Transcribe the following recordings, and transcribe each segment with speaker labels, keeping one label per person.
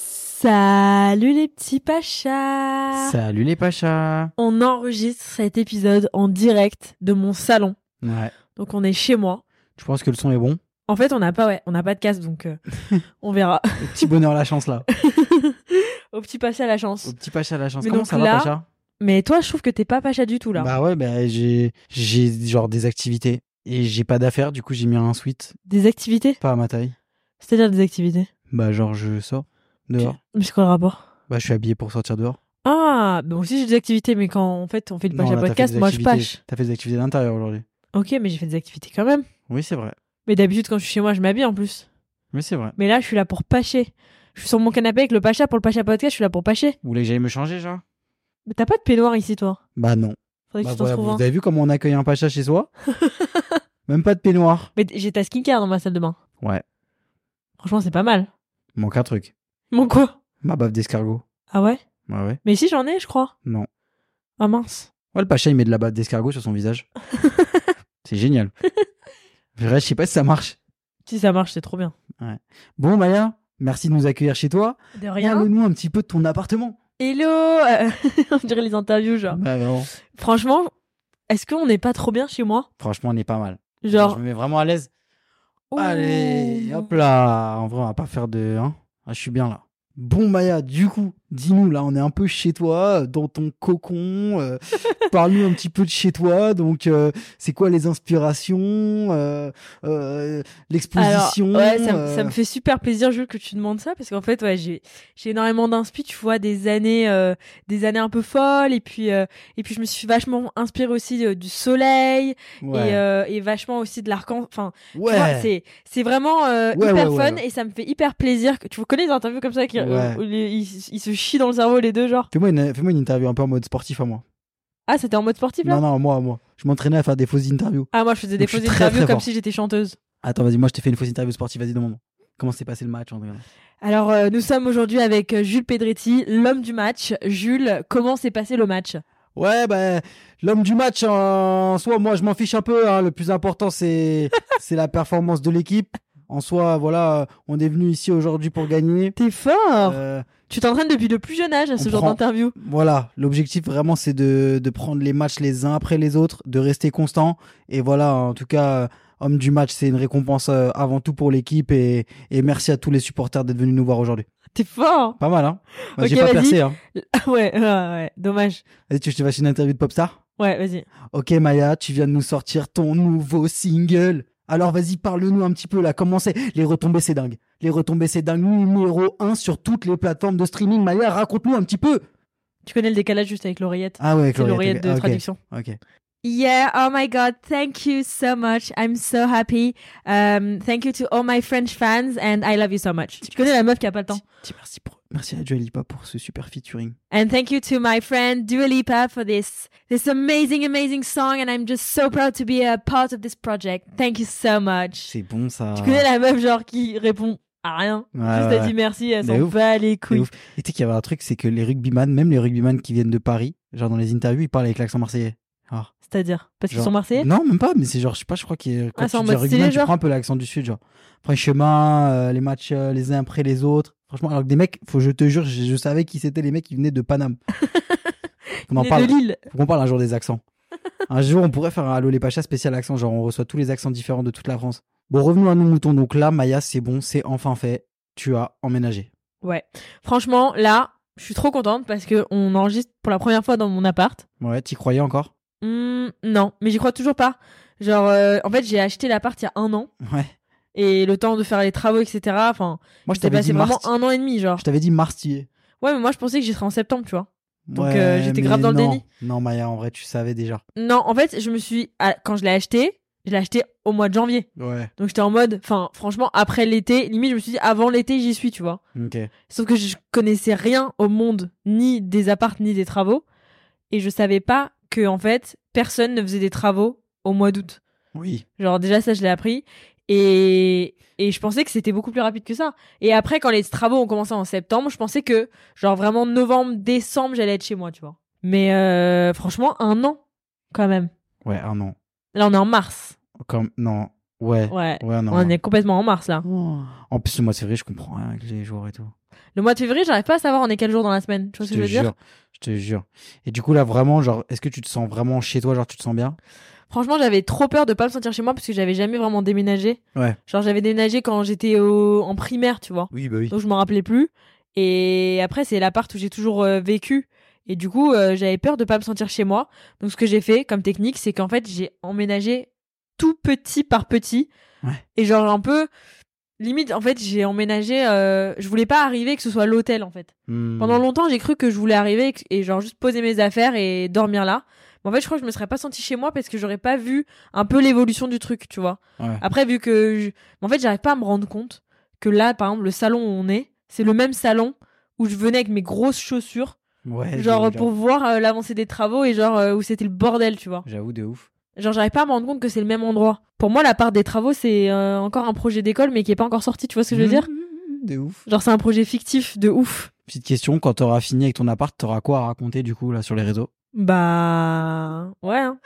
Speaker 1: Salut les petits pachas
Speaker 2: Salut les Pachas
Speaker 1: On enregistre cet épisode en direct de mon salon.
Speaker 2: Ouais.
Speaker 1: Donc on est chez moi.
Speaker 2: Tu penses que le son est bon
Speaker 1: En fait, on n'a pas, ouais, on n'a pas de casque, donc euh, on verra.
Speaker 2: Au petit bonheur la chance là.
Speaker 1: Au petit pacha la chance.
Speaker 2: Au petit Pacha la chance.
Speaker 1: Mais
Speaker 2: Comment
Speaker 1: donc
Speaker 2: ça
Speaker 1: là,
Speaker 2: va Pacha
Speaker 1: Mais toi, je trouve que t'es pas pacha du tout là.
Speaker 2: Bah ouais, bah j'ai j'ai genre des activités et j'ai pas d'affaires, du coup j'ai mis un suite,
Speaker 1: Des activités
Speaker 2: pas à ma taille.
Speaker 1: C'est-à-dire des activités.
Speaker 2: Bah genre je sors dehors.
Speaker 1: Mais c'est quoi le rapport
Speaker 2: Bah je suis habillé pour sortir dehors.
Speaker 1: Ah, donc si j'ai des activités, mais quand en fait on fait le
Speaker 2: Non,
Speaker 1: pacha
Speaker 2: là, t'as fait
Speaker 1: podcast,
Speaker 2: des
Speaker 1: moi je
Speaker 2: activités-
Speaker 1: pache.
Speaker 2: T'as fait des activités d'intérieur aujourd'hui.
Speaker 1: Ok, mais j'ai fait des activités quand même.
Speaker 2: Oui, c'est vrai.
Speaker 1: Mais d'habitude, quand je suis chez moi, je m'habille en plus.
Speaker 2: Mais c'est vrai.
Speaker 1: Mais là, je suis là pour pacher. Je suis sur mon canapé avec le pacha pour le pacha podcast, je suis là pour pacher.
Speaker 2: Vous voulez que j'aille me changer genre
Speaker 1: Mais t'as pas de peignoir ici, toi
Speaker 2: Bah non.
Speaker 1: Faudrait que
Speaker 2: Bah
Speaker 1: tu t'en
Speaker 2: voilà,
Speaker 1: trouves
Speaker 2: vous
Speaker 1: un.
Speaker 2: avez vu comment on accueille un Pacha chez soi Même pas de peignoir.
Speaker 1: Mais j'ai ta skincare dans ma salle de bain.
Speaker 2: Ouais.
Speaker 1: Franchement, c'est pas mal.
Speaker 2: Manque un truc.
Speaker 1: Mon quoi
Speaker 2: Ma baffe d'escargot.
Speaker 1: Ah ouais
Speaker 2: Ouais ouais.
Speaker 1: Mais si, j'en ai, je crois.
Speaker 2: Non.
Speaker 1: Ah mince.
Speaker 2: Ouais, le pacha, il met de la bave d'escargot sur son visage. c'est génial. Vrai, je sais pas si ça marche.
Speaker 1: Si ça marche, c'est trop bien.
Speaker 2: Bon, Maya, merci de nous accueillir chez toi.
Speaker 1: De
Speaker 2: Parle-nous un petit peu de ton appartement.
Speaker 1: Hello euh, On dirait les interviews, genre.
Speaker 2: Bah, vraiment.
Speaker 1: Franchement, est-ce qu'on n'est pas trop bien chez moi
Speaker 2: Franchement, on est pas mal.
Speaker 1: Genre.
Speaker 2: Je me mets vraiment à l'aise.
Speaker 1: Ouh.
Speaker 2: Allez, hop là. En vrai, on va pas faire de. hein. Ah, je suis bien là. Bon, Maya, du coup, dis-nous, là, on est un peu chez toi, euh, dans ton cocon. euh, Parle-nous un petit peu de chez toi. Donc, euh, c'est quoi les inspirations euh, euh,
Speaker 1: Alors,
Speaker 2: L'exposition
Speaker 1: ouais, ça, me- ça
Speaker 2: euh,
Speaker 1: me fait super plaisir, Jules, que tu demandes ça, parce qu'en fait, ouais, j'ai j'ai énormément d'inspi, tu vois, des années, euh, des années un peu folles, et puis, euh, et puis je me suis vachement inspirée aussi euh, du soleil,
Speaker 2: ouais.
Speaker 1: et, euh, et vachement aussi de l'arc-en, enfin, Tu vois,
Speaker 2: Ouais.
Speaker 1: c'est c'est vraiment euh,
Speaker 2: Ouais,
Speaker 1: hyper
Speaker 2: ouais, ouais,
Speaker 1: fun
Speaker 2: ouais.
Speaker 1: et ça me fait hyper plaisir. que- Tu connais les interviews comme ça qui, euh,
Speaker 2: Ouais.
Speaker 1: où les- ils, ils se chient dans le cerveau les deux genre.
Speaker 2: Fais-moi une, fais-moi une interview un peu en mode sportif à moi.
Speaker 1: Ah c'était en mode sportif là.
Speaker 2: Non, non, moi, moi. Je m'entraînais à faire des fausses interviews.
Speaker 1: Ah moi je faisais des
Speaker 2: Donc, je
Speaker 1: fausses
Speaker 2: suis très,
Speaker 1: interviews
Speaker 2: très
Speaker 1: comme
Speaker 2: fort.
Speaker 1: si j'étais chanteuse.
Speaker 2: Attends, vas-y, moi je t'ai fait une fausse interview sportive, vas-y, demande. Comment s'est passé le match en regardant
Speaker 1: Alors euh, nous sommes aujourd'hui avec euh, Jules Pedretti, l'homme du match. Jules, comment s'est passé le match
Speaker 2: Ouais, bah, l'homme du match en soi, moi je m'en fiche un peu. hein. Le plus important, c'est, c'est la performance de l'équipe. En soi, voilà, euh, on est venu ici aujourd'hui pour gagner.
Speaker 1: T'es fort.
Speaker 2: Euh,
Speaker 1: Tu t'entraînes depuis le plus jeune âge à ce
Speaker 2: on
Speaker 1: genre
Speaker 2: prend-
Speaker 1: d'interview.
Speaker 2: voilà, l'objectif vraiment, c'est de, de prendre les matchs les uns après les autres, de rester constant. Et voilà, en tout cas, euh, homme du match, c'est une récompense euh, avant tout pour l'équipe. Et, et merci à tous les supporters d'être venus nous voir aujourd'hui.
Speaker 1: T'es fort.
Speaker 2: Pas mal, hein Bah, J'ai
Speaker 1: Ok,
Speaker 2: pas
Speaker 1: vas-y.
Speaker 2: percé, hein
Speaker 1: Ah ouais, ouais, ouais, dommage.
Speaker 2: Vas-y, tu veux que je te fasse une interview de Popstar
Speaker 1: Ouais, vas-y.
Speaker 2: Ok, Maya, tu viens de nous sortir ton nouveau single. Alors vas-y, parle-nous un petit peu là, comment c'est Les retombées, c'est dingue. Les retombées, c'est dingue. Numéro 1 sur toutes les plateformes de streaming. Maya, raconte-nous un petit peu
Speaker 1: Tu connais le décalage juste avec l'oreillette.
Speaker 2: Ah ouais,
Speaker 1: C'est
Speaker 2: Chloé,
Speaker 1: l'oreillette
Speaker 2: t'es-
Speaker 1: de
Speaker 2: ok,
Speaker 1: traduction.
Speaker 2: Ok.
Speaker 1: Yeah, oh my god, thank you so much. I'm so happy. Um, thank you to all my French fans and I love you so much. Tu connais la meuf qui a pas le temps.
Speaker 2: Dis merci, pour- merci à Dua Lipa pour ce super featuring.
Speaker 1: And thank you to my friend Dua Lipa for this this amazing amazing song and I'm just so proud to be a part of this project. Thank you so much.
Speaker 2: C'est bon ça.
Speaker 1: Tu connais la meuf genre qui répond à rien.
Speaker 2: Ah. Ouais,
Speaker 1: Juste
Speaker 2: ouais,
Speaker 1: elle dit merci, elle
Speaker 2: De
Speaker 1: s'en
Speaker 2: ouf.
Speaker 1: bat les
Speaker 2: C'est
Speaker 1: couilles.
Speaker 2: ouf. Et tu sais qu'il y avait un truc, c'est que les rugbyman, même les rugbyman qui viennent de Paris, genre dans les interviews, ils parlent avec l'accent marseillais. Alors,
Speaker 1: C'est-à-dire parce qu'ils
Speaker 2: Genre-
Speaker 1: sont marseillais
Speaker 2: Non, même pas, mais c'est genre, je sais pas, je crois que quand
Speaker 1: Ah, c'est en
Speaker 2: tu dis
Speaker 1: mode
Speaker 2: rugbyman,
Speaker 1: stylé,
Speaker 2: tu
Speaker 1: genre
Speaker 2: prends un peu l'accent du sud, genre. Après, chemin, euh, les matchs euh, les uns après les autres. Franchement, alors que des mecs, faut, je te jure, je, je savais qui c'était les mecs qui venaient de Paname. on en
Speaker 1: Les
Speaker 2: parle,
Speaker 1: de Lille.
Speaker 2: faut qu'on parle un jour des accents. un jour, on pourrait faire un Allo les Pachas spécial accent, genre on reçoit tous les accents différents de toute la France. Bon, revenons à nos moutons. Donc là, Maya, c'est bon, c'est enfin fait. Tu as emménagé.
Speaker 1: Ouais. Franchement, là, je suis trop contente parce que on enregistre pour la première fois dans mon appart.
Speaker 2: Ouais, t'y croyais encore
Speaker 1: Hmm, non, mais j'y crois toujours pas. Genre, euh, en fait, j'ai acheté l'appart il y a un an
Speaker 2: Ouais.
Speaker 1: et le temps de faire les travaux, etc. Enfin,
Speaker 2: Moi, je
Speaker 1: c'est
Speaker 2: t'avais dit
Speaker 1: passé vraiment
Speaker 2: mars.
Speaker 1: un an et demi, genre.
Speaker 2: Je t'avais dit mars, t'y es.
Speaker 1: Ouais, mais moi, je pensais que j'y serais en septembre, tu vois. Donc, euh, j'étais grave
Speaker 2: mais
Speaker 1: dans le
Speaker 2: non.
Speaker 1: déni.
Speaker 2: Non, Maya, en vrai, tu savais déjà.
Speaker 1: Non, en fait, je me suis à- quand je l'ai acheté, je l'ai acheté au mois de janvier.
Speaker 2: Ouais.
Speaker 1: Donc j'étais en mode, enfin, franchement, après l'été, limite, je me suis dit avant l'été, j'y suis, tu vois.
Speaker 2: Ok.
Speaker 1: Sauf que je connaissais rien au monde, ni des apparts, ni des travaux, et je savais pas que en fait, personne ne faisait des travaux au mois d'août.
Speaker 2: Oui.
Speaker 1: Genre déjà ça, je l'ai appris. Et, et je pensais que c'était beaucoup plus rapide que ça. Et après, quand les travaux ont commencé en septembre, je pensais que, genre vraiment novembre, décembre, j'allais être chez moi, tu vois. Mais euh, franchement, un an, quand même.
Speaker 2: Ouais, ah non.
Speaker 1: Là, on est en mars.
Speaker 2: Comme... Non. Ouais.
Speaker 1: Ouais.
Speaker 2: Ouais, non.
Speaker 1: On est complètement en mars, là.
Speaker 2: Oh. En plus, le mois de février, je comprends rien avec les jours et tout.
Speaker 1: Le mois de février, j'arrive pas à savoir on est quel jour dans la semaine. Tu vois ce
Speaker 2: je
Speaker 1: que
Speaker 2: te
Speaker 1: je veux
Speaker 2: jure.
Speaker 1: dire
Speaker 2: Je te jure. Et du coup, là, vraiment, genre, est-ce que tu te sens vraiment chez toi Genre, tu te sens bien
Speaker 1: Franchement, j'avais trop peur de pas me sentir chez moi parce que j'avais jamais vraiment déménagé.
Speaker 2: Ouais.
Speaker 1: Genre, j'avais déménagé quand j'étais au... en primaire, tu vois.
Speaker 2: Oui, bah oui.
Speaker 1: Donc je m'en rappelais plus. Et après, c'est l'appart où j'ai toujours euh, vécu. Et du coup, euh, j'avais peur de pas me sentir chez moi. Donc ce que j'ai fait comme technique, c'est qu'en fait, j'ai emménagé tout petit par petit.
Speaker 2: Ouais.
Speaker 1: Et genre un peu limite en fait, j'ai emménagé euh, je voulais pas arriver que ce soit l'hôtel en fait.
Speaker 2: Mmh. Hmm.
Speaker 1: Pendant longtemps, j'ai cru que je voulais arriver et que- et genre juste poser mes affaires et dormir là. Mais en fait, je crois que je me serais pas sentie chez moi parce que j'aurais pas vu un peu l'évolution du truc, tu vois.
Speaker 2: Ouais.
Speaker 1: Après, vu que. je- mais En fait, j'arrive pas à me rendre compte que là, par exemple, le salon où on est, c'est le même salon où je venais avec mes grosses chaussures,
Speaker 2: Ouais,
Speaker 1: genre
Speaker 2: j'avoue,
Speaker 1: pour voir euh, l'avancée des travaux et genre euh, où c'était le bordel, tu vois.
Speaker 2: J'avoue, de ouf.
Speaker 1: Genre, j'arrive pas à me rendre compte que c'est le même endroit. Pour moi, la part des travaux, c'est euh, encore un projet d'école, mais qui est pas encore sorti, tu vois ce que je veux
Speaker 2: Hmm.
Speaker 1: dire
Speaker 2: De ouf.
Speaker 1: Genre, c'est un projet fictif de ouf.
Speaker 2: Petite question, quand t'auras fini avec ton appart, t'auras quoi à raconter du coup là sur les réseaux
Speaker 1: Bah. Ouais. hein.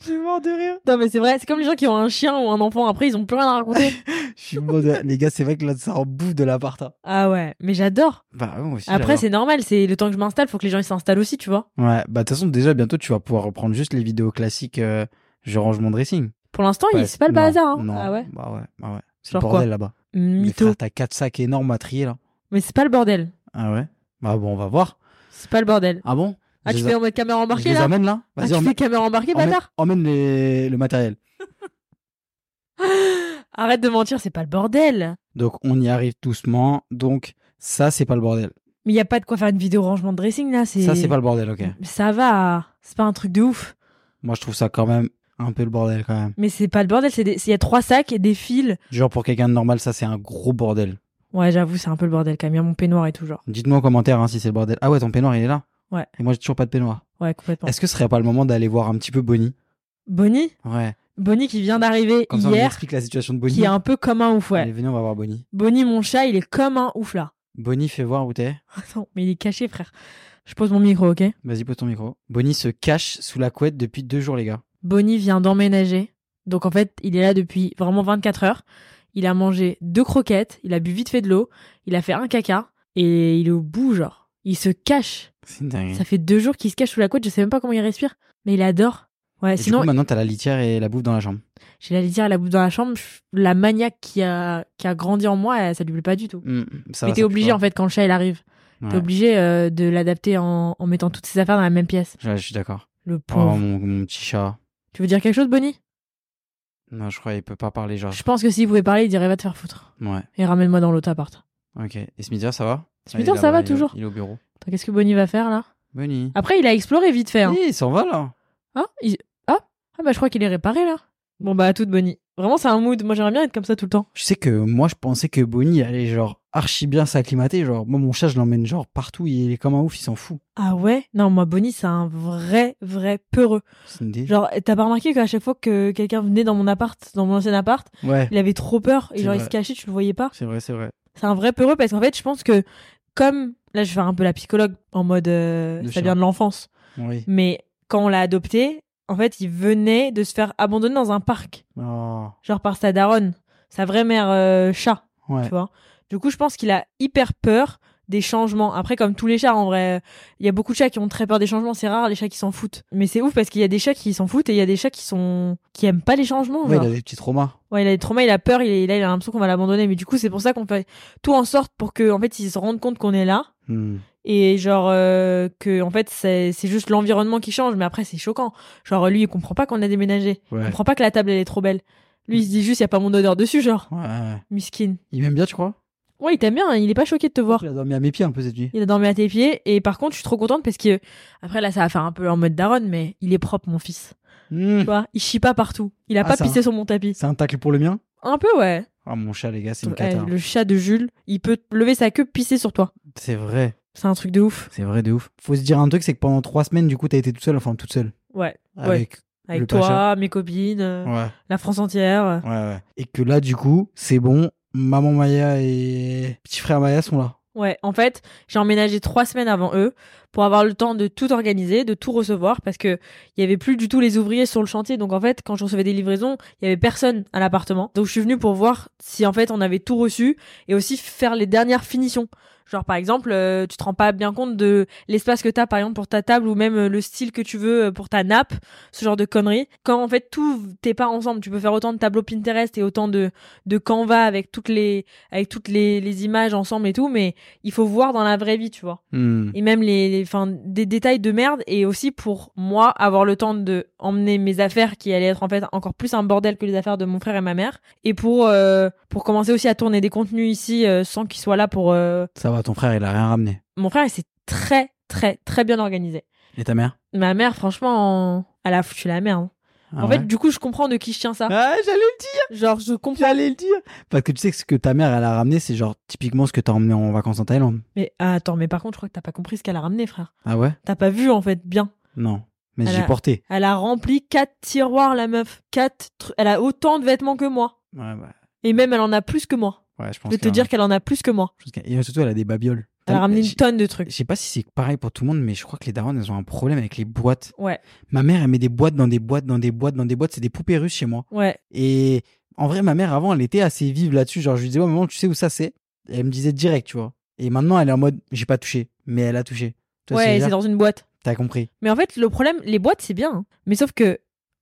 Speaker 2: Je suis mort de rire.
Speaker 1: Non, mais c'est vrai, c'est comme les gens qui ont un chien ou un enfant, après, ils ont plus rien à raconter.
Speaker 2: Je suis mort de Les gars, c'est vrai que là, ça en bouffe de l'appart. hein.
Speaker 1: ah ouais, mais j'adore.
Speaker 2: Bah, ouais, moi aussi.
Speaker 1: Après,
Speaker 2: j'adore.
Speaker 1: c'est normal, c'est le temps que je m'installe, faut que les gens ils s'installent aussi, tu vois.
Speaker 2: Ouais, bah, de toute façon, déjà, bientôt, tu vas pouvoir reprendre juste les vidéos classiques. euh, Je range mon dressing.
Speaker 1: Pour l'instant, il-
Speaker 2: Ouais,
Speaker 1: Ah, c'est pas le
Speaker 2: non,
Speaker 1: bazar. Hein.
Speaker 2: non,
Speaker 1: Ah ouais
Speaker 2: Bah, ouais, bah, ouais. C'est le
Speaker 1: Genre
Speaker 2: bordel
Speaker 1: quoi
Speaker 2: là-bas. Mais
Speaker 1: Mytho.
Speaker 2: frère, T'as quatre sacs énormes à trier là.
Speaker 1: Mais c'est pas le bordel.
Speaker 2: Ah ouais Bah, bon, on va voir.
Speaker 1: C'est pas le bordel.
Speaker 2: Ah bon
Speaker 1: Ah,
Speaker 2: Je
Speaker 1: tu
Speaker 2: les
Speaker 1: fais
Speaker 2: a-
Speaker 1: en mode caméra
Speaker 2: je
Speaker 1: embarquée
Speaker 2: les
Speaker 1: là
Speaker 2: amène là
Speaker 1: Ah,
Speaker 2: Vas-y,
Speaker 1: Tu
Speaker 2: emmène,
Speaker 1: fais caméra embarquée,
Speaker 2: emmène-
Speaker 1: bâtard
Speaker 2: emmène les- le matériel.
Speaker 1: Arrête de mentir, c'est pas le bordel.
Speaker 2: Donc on y arrive doucement. Donc ça c'est pas le bordel.
Speaker 1: Mais y a pas de quoi faire une vidéo rangement de dressing là. c'est Mm.
Speaker 2: Ça c'est pas le bordel, ok.
Speaker 1: Mais Ça va. C'est pas un truc de ouf.
Speaker 2: Moi je trouve ça quand même un peu le bordel quand même.
Speaker 1: Mais c'est pas le bordel. c'est Des... c'est- Y a trois sacs et des fils.
Speaker 2: Genre pour quelqu'un de normal ça c'est un gros bordel.
Speaker 1: Ouais, j'avoue, c'est un peu le bordel quand même. Y a mon peignoir et tout, genre.
Speaker 2: Dites-moi en commentaire hein, si c'est le bordel. Ah ouais ton peignoir il est là.
Speaker 1: Ouais.
Speaker 2: Et moi j'ai toujours pas de peignoir.
Speaker 1: Ouais, complètement.
Speaker 2: Est-ce que ce serait pas le moment d'aller voir un petit peu Bonnie
Speaker 1: Bonnie
Speaker 2: Ouais.
Speaker 1: Bonnie qui vient d'arriver
Speaker 2: Comme ça on lui
Speaker 1: hier,
Speaker 2: explique la situation de Bonnie.
Speaker 1: qui est un peu comme un ouf, ouais.
Speaker 2: Allez venez on va voir Bonnie.
Speaker 1: Bonnie, mon chat, il est comme un ouf là.
Speaker 2: Bonnie fais voir où t'es.
Speaker 1: Attends, mais il est caché, frère. Je pose mon micro, ok
Speaker 2: Vas-y pose ton micro. Bonnie se cache sous la couette depuis deux jours les gars.
Speaker 1: Bonnie vient d'emménager. Donc en fait, il est là depuis vraiment 24 heures. Il a mangé deux croquettes, il a bu vite fait de l'eau, il a fait un caca et il est au bout, genre. Il se cache.
Speaker 2: C'est une dinguerie.
Speaker 1: Ça fait deux jours qu'il se cache sous la couette, je sais même pas comment il respire, mais il adore. Ouais,
Speaker 2: Et
Speaker 1: sinon,
Speaker 2: du coup, maintenant t'as la litière et la bouffe dans la chambre.
Speaker 1: j'ai la litière à la bouffe dans la chambre, je- la maniaque qui a, qui a grandi en moi, elle- ça lui plaît pas du tout.
Speaker 2: Mm, ça
Speaker 1: mais
Speaker 2: va,
Speaker 1: t'es
Speaker 2: ça
Speaker 1: obligé
Speaker 2: pue
Speaker 1: en fait quand le chat il arrive.
Speaker 2: pas.
Speaker 1: T'es
Speaker 2: Ouais.
Speaker 1: obligé euh, de l'adapter en, en mettant toutes ses affaires dans la même pièce.
Speaker 2: Ouais, je suis d'accord.
Speaker 1: Le pauvre.
Speaker 2: Oh mon- mon petit chat.
Speaker 1: Tu veux dire quelque chose, Bonnie
Speaker 2: Non, je crois qu'il peut pas parler, genre.
Speaker 1: Je pense que s'il pouvait parler, il dirait va te faire foutre
Speaker 2: Ouais,
Speaker 1: et ramène-moi dans l'autre appart.
Speaker 2: ok. Et Smither, ça va
Speaker 1: Smither,
Speaker 2: Ah, il est
Speaker 1: ça
Speaker 2: là-bas,
Speaker 1: va
Speaker 2: il est au-
Speaker 1: toujours. Ah,
Speaker 2: Il est au bureau.
Speaker 1: Attends, qu'est-ce que Bonnie va faire là
Speaker 2: Bonnie.
Speaker 1: Après, il a exploré vite fait. Hein.
Speaker 2: Eh, il s'en va là.
Speaker 1: Hein Il- ah, ah bah je crois qu'il est réparé là. Bon bah à toute Bonnie. Vraiment, c'est un mood. Moi, j'aimerais bien être comme ça tout le temps.
Speaker 2: Je sais que moi, je pensais que Bonnie allait genre archi bien s'acclimater. Genre, moi, mon chat, je l'emmène genre partout. Il est comme un ouf, il s'en fout.
Speaker 1: Ah ouais Non, moi, Bonnie, c'est un vrai, vrai peureux.
Speaker 2: C'est une idée.
Speaker 1: Genre, t'as pas remarqué qu'à chaque fois que quelqu'un venait dans mon appart, dans mon ancien appart,
Speaker 2: Ouais,
Speaker 1: il avait trop peur et
Speaker 2: C'est
Speaker 1: genre il
Speaker 2: vrai.
Speaker 1: se cachait, tu le voyais pas
Speaker 2: c'est vrai, c'est vrai.
Speaker 1: C'est un vrai peureux parce qu'en fait, je pense que comme. Là, je vais faire un peu la psychologue en mode. euh,
Speaker 2: Le
Speaker 1: ça
Speaker 2: chat.
Speaker 1: vient de l'enfance.
Speaker 2: Oui.
Speaker 1: Mais quand on l'a adopté, en fait, il venait de se faire abandonner dans un parc,
Speaker 2: Oh,
Speaker 1: genre par sa daronne, sa vraie mère euh, chat,
Speaker 2: ouais.
Speaker 1: tu vois. Du coup, je pense qu'il a hyper peur des changements. Après, comme tous les chats, en vrai, il y a beaucoup de chats qui ont très peur des changements. C'est rare les chats qui s'en foutent. Mais c'est ouf parce qu'il y a des chats qui s'en foutent et il y a des chats qui sont qui aiment pas les changements.
Speaker 2: Ouais, il
Speaker 1: genre.
Speaker 2: a des petits traumas.
Speaker 1: Ouais, il a des traumas, il a peur, il, est- là, il a l'impression qu'on va l'abandonner. Mais du coup, c'est pour ça qu'on fait tout en sorte pour que, en fait, ils se rendent compte qu'on est là
Speaker 2: Hmm.
Speaker 1: et genre euh, que en fait c'est c'est juste l'environnement qui change mais après c'est choquant genre lui il comprend pas qu'on a déménagé il
Speaker 2: Ouais.
Speaker 1: comprend pas que la table elle est trop belle lui il se dit juste y a pas mon odeur dessus genre
Speaker 2: Ouais, ouais.
Speaker 1: miskine
Speaker 2: Il m'aime bien, tu crois
Speaker 1: Ouais, il t'aime bien, hein, il est pas choqué de te voir.
Speaker 2: Il a dormi à mes pieds un peu cette nuit.
Speaker 1: Il a dormi à tes pieds et par contre, je suis trop contente parce que après là, ça va faire un peu en mode daronne, mais il est propre, mon fils.
Speaker 2: Mmh.
Speaker 1: Tu vois, il chie pas partout. Il a
Speaker 2: Ah,
Speaker 1: pas
Speaker 2: ça.
Speaker 1: pissé sur mon tapis.
Speaker 2: C'est un tacle pour le mien
Speaker 1: Un peu, ouais.
Speaker 2: Ah mon chat les gars, c'est une
Speaker 1: Ouais,
Speaker 2: cata. hein.
Speaker 1: le chat de Jules, il peut lever sa queue, pisser sur toi.
Speaker 2: C'est vrai,
Speaker 1: C'est un truc de ouf.
Speaker 2: c'est vrai de ouf. Faut se dire un truc, c'est que pendant trois semaines, du coup, t'as été toute seule, enfin toute seule.
Speaker 1: Ouais.
Speaker 2: Avec.
Speaker 1: Avec
Speaker 2: Le
Speaker 1: toi,
Speaker 2: Pacha.
Speaker 1: mes copines, euh,
Speaker 2: Ouais. ouais,
Speaker 1: la France entière.
Speaker 2: ouais. Et que là, du coup, c'est bon. Maman Maya et petit frère Maya sont là.
Speaker 1: Ouais, en fait, j'ai emménagé trois semaines avant eux pour avoir le temps de tout organiser, de tout recevoir, parce que il y avait plus du tout les ouvriers sur le chantier. Donc en fait, quand je recevais des livraisons, il y avait personne à l'appartement. Donc je suis venue pour voir si en fait on avait tout reçu et aussi faire les dernières finitions. Genre par exemple, euh, tu te rends pas bien compte de l'espace que t'as par exemple pour ta table ou même euh, le style que tu veux euh, pour ta nappe, ce genre de conneries. Quand en fait tout t'es pas ensemble, tu peux faire autant de tableaux Pinterest et autant de de Canva avec toutes les avec toutes les, les images ensemble et tout, mais il faut voir dans la vraie vie, tu vois.
Speaker 2: Hmm.
Speaker 1: Et même les, les enfin, des détails de merde et aussi pour moi avoir le temps de emmener mes affaires qui allaient être en fait encore plus un bordel que les affaires de mon frère et ma mère et pour euh, pour commencer aussi à tourner des contenus ici euh, sans qu'ils soient là pour euh,
Speaker 2: Ça va, ton frère, il a rien ramené.
Speaker 1: mon frère il s'est très très très bien organisé.
Speaker 2: Et ta mère
Speaker 1: Ma mère franchement elle a foutu la merde. hein.
Speaker 2: Ah
Speaker 1: en
Speaker 2: ouais.
Speaker 1: fait du coup je comprends de qui je tiens ça.
Speaker 2: Ah, j'allais le dire,
Speaker 1: Genre je comprends
Speaker 2: j'allais le dire. Parce que tu sais que ce que ta mère, elle a ramené, c'est genre typiquement ce que t'as emmené en vacances en Thaïlande.
Speaker 1: mais ah, attends mais par contre je crois que t'as pas compris ce qu'elle a ramené frère.
Speaker 2: Ah ouais
Speaker 1: T'as pas vu en fait bien.
Speaker 2: Non. Mais
Speaker 1: Elle
Speaker 2: j'ai
Speaker 1: a-
Speaker 2: porté.
Speaker 1: Elle a rempli quatre tiroirs, la meuf. Quatre. tru- Elle a autant de vêtements que moi.
Speaker 2: Ouais, ouais.
Speaker 1: Et même, elle en a plus que moi.
Speaker 2: Ouais, je pense.
Speaker 1: Je vais te
Speaker 2: qu'elle
Speaker 1: dire qu'elle en a plus que moi.
Speaker 2: Je pense qu'elle- Et surtout, elle a des babioles.
Speaker 1: Elle a ramené
Speaker 2: Je-
Speaker 1: une tonne de
Speaker 2: Je
Speaker 1: trucs.
Speaker 2: sais pas si c'est pareil pour tout le monde, mais je crois que les darons, elles ont un problème avec les boîtes.
Speaker 1: Ouais.
Speaker 2: Ma mère, elle met des boîtes dans des boîtes, dans des boîtes, dans des boîtes. C'est des poupées russes chez moi.
Speaker 1: Ouais.
Speaker 2: Et en vrai, ma mère, avant, elle était assez vive là-dessus. Genre, je lui disais, ouais, maman, tu sais où ça c'est Elle me disait direct, tu vois. Et maintenant, elle est en mode, j'ai pas touché, mais elle a touché. Tu vois ce que
Speaker 1: ouais,
Speaker 2: je veux
Speaker 1: c'est
Speaker 2: dire
Speaker 1: dans une boîte.
Speaker 2: T'as compris.
Speaker 1: Mais en fait, le problème, les boîtes, c'est bien. hein. Mais sauf que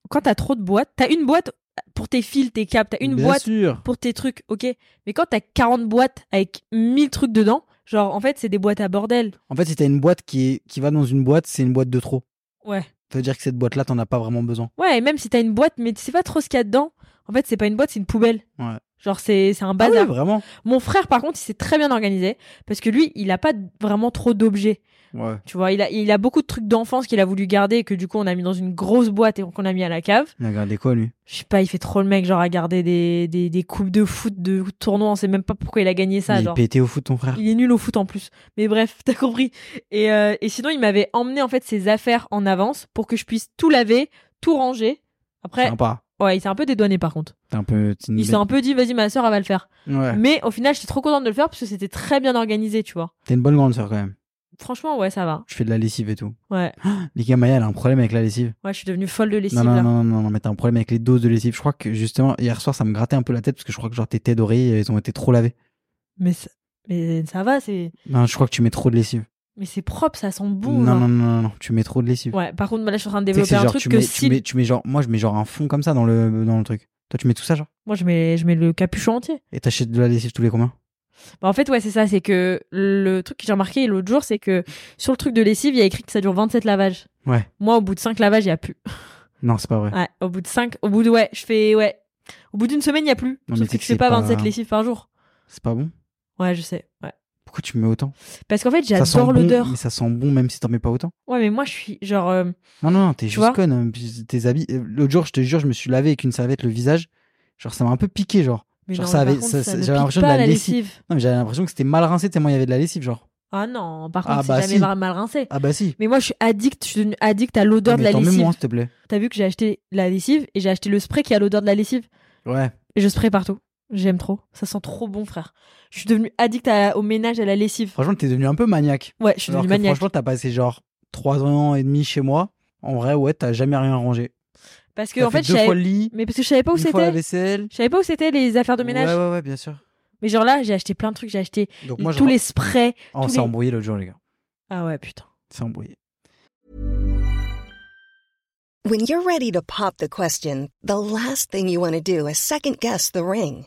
Speaker 1: quand t'as trop de boîtes, t'as une boîte pour tes fils, tes câbles, t'as une
Speaker 2: Bien
Speaker 1: boîte
Speaker 2: sûr.
Speaker 1: pour tes trucs, ok. Mais quand t'as 40 boîtes avec 1000 trucs dedans, genre, en fait, c'est des boîtes à bordel.
Speaker 2: En fait, si t'as une boîte qui, est- qui va dans une boîte, c'est une boîte de trop.
Speaker 1: Ouais.
Speaker 2: Ça veut dire que cette boîte-là, t'en as pas vraiment besoin.
Speaker 1: Ouais, et même si t'as une boîte, mais tu sais pas trop ce qu'il y a dedans, en fait, c'est pas une boîte, c'est une poubelle.
Speaker 2: Ouais.
Speaker 1: Genre, c'est c'est un
Speaker 2: Ah
Speaker 1: bazar.
Speaker 2: ouais, vraiment
Speaker 1: Mon frère, par contre, il s'est très bien organisé parce que lui, il a pas d- vraiment trop d'objets.
Speaker 2: Ouais.
Speaker 1: Tu vois, il a, il a beaucoup de trucs d'enfance qu'il a voulu garder et que du coup, on a mis dans une grosse boîte et qu'on a mis à la cave.
Speaker 2: Il a gardé quoi, lui
Speaker 1: Je sais pas, il fait trop le mec, genre, à garder des, des, des coupes de foot, de tournois. On sait même pas pourquoi il a gagné ça.
Speaker 2: Il est
Speaker 1: genre.
Speaker 2: pété au foot, ton frère.
Speaker 1: Il est nul au foot en plus. Mais bref, t'as compris. Et, euh, et sinon, il m'avait emmené en fait ses affaires en avance pour que je puisse tout laver, tout ranger. Après,
Speaker 2: Sympa.
Speaker 1: ouais, il s'est un peu dédouané par contre.
Speaker 2: T'es un peu.
Speaker 1: Il Mm. s'est un peu dit, vas-y, ma soeur, elle va le faire.
Speaker 2: Ouais.
Speaker 1: Mais au final, j'étais trop contente de le faire parce que c'était très bien organisé, tu vois.
Speaker 2: T'es une bonne grande sœur quand même.
Speaker 1: Franchement, ouais, ça va.
Speaker 2: Je fais de la lessive et tout.
Speaker 1: Ouais,
Speaker 2: Les gars, Maya, elle a un problème avec la lessive.
Speaker 1: ouais, je suis devenue folle de lessive.
Speaker 2: Non, non,
Speaker 1: là.
Speaker 2: non, non, non, mais t'as un problème avec les doses de lessive. Je crois que justement, hier soir, ça me grattait un peu la tête parce que je crois que genre tes têtes d'oreiller, elles ont été trop lavées.
Speaker 1: Mais, ça- mais ça va, c'est.
Speaker 2: Non, je crois que tu mets trop de lessive.
Speaker 1: Mais c'est propre, ça sent bon.
Speaker 2: non,
Speaker 1: genre.
Speaker 2: non, non, non, non, tu mets trop de lessive.
Speaker 1: Ouais, par contre, là, je suis en train de
Speaker 2: Tu sais que
Speaker 1: développer
Speaker 2: c'est
Speaker 1: un
Speaker 2: genre,
Speaker 1: truc
Speaker 2: tu
Speaker 1: que
Speaker 2: mets,
Speaker 1: si.
Speaker 2: tu, mets, tu mets genre, moi je mets genre un fond comme ça dans le, dans le truc. Toi, tu mets tout ça, genre
Speaker 1: Moi, je mets, je mets le capuchon entier.
Speaker 2: Et t'achètes de la lessive tous les combien
Speaker 1: Bah, en fait, ouais, c'est ça. C'est que le truc que j'ai remarqué l'autre jour, c'est que sur le truc de lessive, il y a écrit que ça dure 27 lavages.
Speaker 2: Ouais.
Speaker 1: Moi, au bout de 5 lavages, il n'y a plus.
Speaker 2: Non, c'est pas vrai.
Speaker 1: Ouais, au bout de 5. Au bout de. Ouais, je fais. Ouais. Au bout d'une semaine, il n'y a plus.
Speaker 2: Non, mais
Speaker 1: Sauf
Speaker 2: c'est
Speaker 1: que
Speaker 2: que
Speaker 1: je fais
Speaker 2: c'est
Speaker 1: pas
Speaker 2: pas-
Speaker 1: 27 lessives par jour.
Speaker 2: C'est pas bon
Speaker 1: Ouais, je sais. Ouais.
Speaker 2: Pourquoi tu mets autant
Speaker 1: Parce qu'en fait,
Speaker 2: Ça sent
Speaker 1: j'adore l'odeur.
Speaker 2: Bon, mais ça sent bon même si t'en mets pas autant.
Speaker 1: Ouais, mais moi, je suis genre. euh,
Speaker 2: Non, non, non, t'es
Speaker 1: vois
Speaker 2: juste conne. hein, puis Tes habits. euh, L'autre jour, je te jure, je me suis lavé avec une serviette le visage. Genre, ça m'a un peu piqué, genre.
Speaker 1: Mais
Speaker 2: Genre,
Speaker 1: non,
Speaker 2: ça
Speaker 1: mais
Speaker 2: avait-
Speaker 1: par contre,
Speaker 2: ça-
Speaker 1: ça
Speaker 2: ça-
Speaker 1: ne
Speaker 2: j'avais
Speaker 1: pique
Speaker 2: l'impression de
Speaker 1: pas,
Speaker 2: la
Speaker 1: la
Speaker 2: lessive.
Speaker 1: lessive.
Speaker 2: Non, mais j'avais l'impression que c'était mal rincé tellement il y avait de la lessive, genre.
Speaker 1: Ah non, par
Speaker 2: Ah
Speaker 1: contre,
Speaker 2: bah
Speaker 1: c'est
Speaker 2: si.
Speaker 1: jamais mar- mal rincé.
Speaker 2: Ah bah si.
Speaker 1: Mais moi, je suis addict, je suis devenue addict à l'odeur
Speaker 2: Ah,
Speaker 1: de
Speaker 2: mais
Speaker 1: la
Speaker 2: t'en mets
Speaker 1: lessive.
Speaker 2: moins, s'il te plaît.
Speaker 1: T'as vu que j'ai acheté la lessive et j'ai acheté le spray qui a l'odeur de la lessive.
Speaker 2: Ouais.
Speaker 1: Et je spray partout. J'aime trop. Ça sent trop bon, frère. Je suis devenue addict à- au ménage, à la lessive.
Speaker 2: Franchement, t'es devenu un peu maniaque.
Speaker 1: Ouais, je suis
Speaker 2: Alors
Speaker 1: devenue
Speaker 2: que
Speaker 1: maniaque.
Speaker 2: franchement, t'as passé genre 3 ans et demi chez moi. En vrai, ouais, t'as jamais rien rangé.
Speaker 1: Parce que,
Speaker 2: T'as
Speaker 1: en fait,
Speaker 2: fait
Speaker 1: je
Speaker 2: deux
Speaker 1: savais-
Speaker 2: fois le lit,
Speaker 1: Mais parce que je savais pas où
Speaker 2: une fois la
Speaker 1: c'était.
Speaker 2: vaisselle.
Speaker 1: Je savais pas où c'était les affaires de ménage.
Speaker 2: Ouais, ouais, ouais, bien sûr.
Speaker 1: Mais genre là, j'ai acheté plein de trucs. J'ai acheté
Speaker 2: Donc moi, je
Speaker 1: tous
Speaker 2: rends-
Speaker 1: les sprays.
Speaker 2: Oh,
Speaker 1: tous
Speaker 2: on s'est
Speaker 1: les-
Speaker 2: embrouillé l'autre jour, les gars.
Speaker 1: Ah ouais, putain.
Speaker 2: C'est embrouillé.
Speaker 3: When you're ready to pop the question, the last thing you want to do is second guess the ring.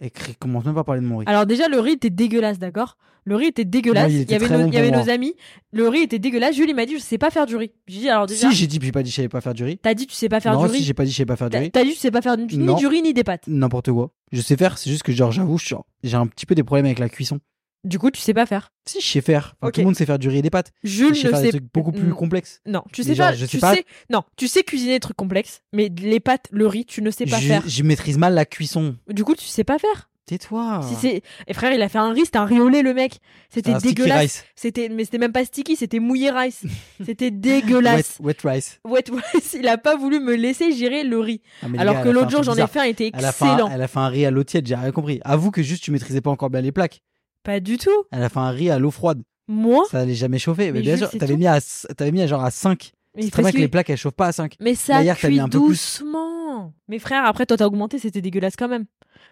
Speaker 2: Et cr- commence même pas à parler de mon riz.
Speaker 1: Alors déjà, le riz était dégueulasse, d'accord Le riz était dégueulasse.
Speaker 2: Moi, il
Speaker 1: il,
Speaker 2: était
Speaker 1: y avait,
Speaker 2: très
Speaker 1: nos,
Speaker 2: bon
Speaker 1: il y avait
Speaker 2: pour moi.
Speaker 1: nos amis. Le riz était dégueulasse. Julie m'a dit, je sais pas faire du riz. J'ai dit, alors déjà,
Speaker 2: si, j'ai dit, j'ai pas dit, je savais pas faire du riz.
Speaker 1: t'as dit, tu sais pas faire
Speaker 2: non,
Speaker 1: du
Speaker 2: si,
Speaker 1: riz.
Speaker 2: j'ai pas dit, je savais pas faire du
Speaker 1: T'as
Speaker 2: riz.
Speaker 1: t'as dit, tu sais pas faire ni
Speaker 2: Non.
Speaker 1: du riz ni des pâtes.
Speaker 2: N'importe quoi. Je sais faire, c'est juste que, genre, j'avoue, je suis- j'ai un petit peu des problèmes avec la cuisson.
Speaker 1: Du coup, tu sais pas faire.
Speaker 2: Si, je sais faire. Enfin,
Speaker 1: Ok.
Speaker 2: Tout le monde sait faire du riz et des pâtes.
Speaker 1: Jules
Speaker 2: je sais
Speaker 1: ne
Speaker 2: faire
Speaker 1: sait
Speaker 2: des trucs beaucoup plus
Speaker 1: Mm.
Speaker 2: complexes.
Speaker 1: Non, tu
Speaker 2: Mais
Speaker 1: sais
Speaker 2: genre,
Speaker 1: pas.
Speaker 2: je sais
Speaker 1: tu
Speaker 2: pas.
Speaker 1: sais. Non, tu sais cuisiner des trucs complexes, mais les pâtes, le riz, tu ne sais pas
Speaker 2: je,
Speaker 1: faire.
Speaker 2: je maîtrise mal la cuisson.
Speaker 1: Du coup, tu sais pas faire.
Speaker 2: Tais-toi.
Speaker 1: Si c'est et frère, il a fait un riz, c'était un riz au lait, le mec. C'était
Speaker 2: Ah. Un sticky
Speaker 1: dégueulasse.
Speaker 2: rice.
Speaker 1: C'était mais c'était même pas sticky, c'était mouillé rice. c'était
Speaker 2: Wet,
Speaker 1: dégueulasse.
Speaker 2: wet rice.
Speaker 1: Ouais, tu vois, il a pas voulu me laisser gérer le riz.
Speaker 2: Ah, mais les
Speaker 1: Alors
Speaker 2: gars,
Speaker 1: que
Speaker 2: elle a fait un
Speaker 1: l'autre jour,
Speaker 2: truc
Speaker 1: j'en ai
Speaker 2: bizarre.
Speaker 1: fait un, il était
Speaker 2: Elle a, fait un,
Speaker 1: excellent.
Speaker 2: elle a fait un riz à l'eau tiède, j'ai rien compris. Avoue que juste tu maîtrisais pas encore bien les plaques.
Speaker 1: Pas du tout.
Speaker 2: Elle a fait un riz à l'eau froide.
Speaker 1: Moi,
Speaker 2: Ça allait jamais chauffer. Mais,
Speaker 1: Oh. Mais
Speaker 2: bien
Speaker 1: Jules,
Speaker 2: sûr,
Speaker 1: c'est
Speaker 2: t'avais
Speaker 1: tout.
Speaker 2: mis, à, s- t'avais mis à genre à 5.
Speaker 1: mais
Speaker 2: C'est
Speaker 1: il
Speaker 2: très bien
Speaker 1: fallait-
Speaker 2: que les plaques elles chauffent pas à 5.
Speaker 1: Mais ça
Speaker 2: D'ailleurs, t'as mis
Speaker 1: cuit
Speaker 2: un peu plus.
Speaker 1: doucement. Mais frère, après toi t'as augmenté, c'était dégueulasse quand même.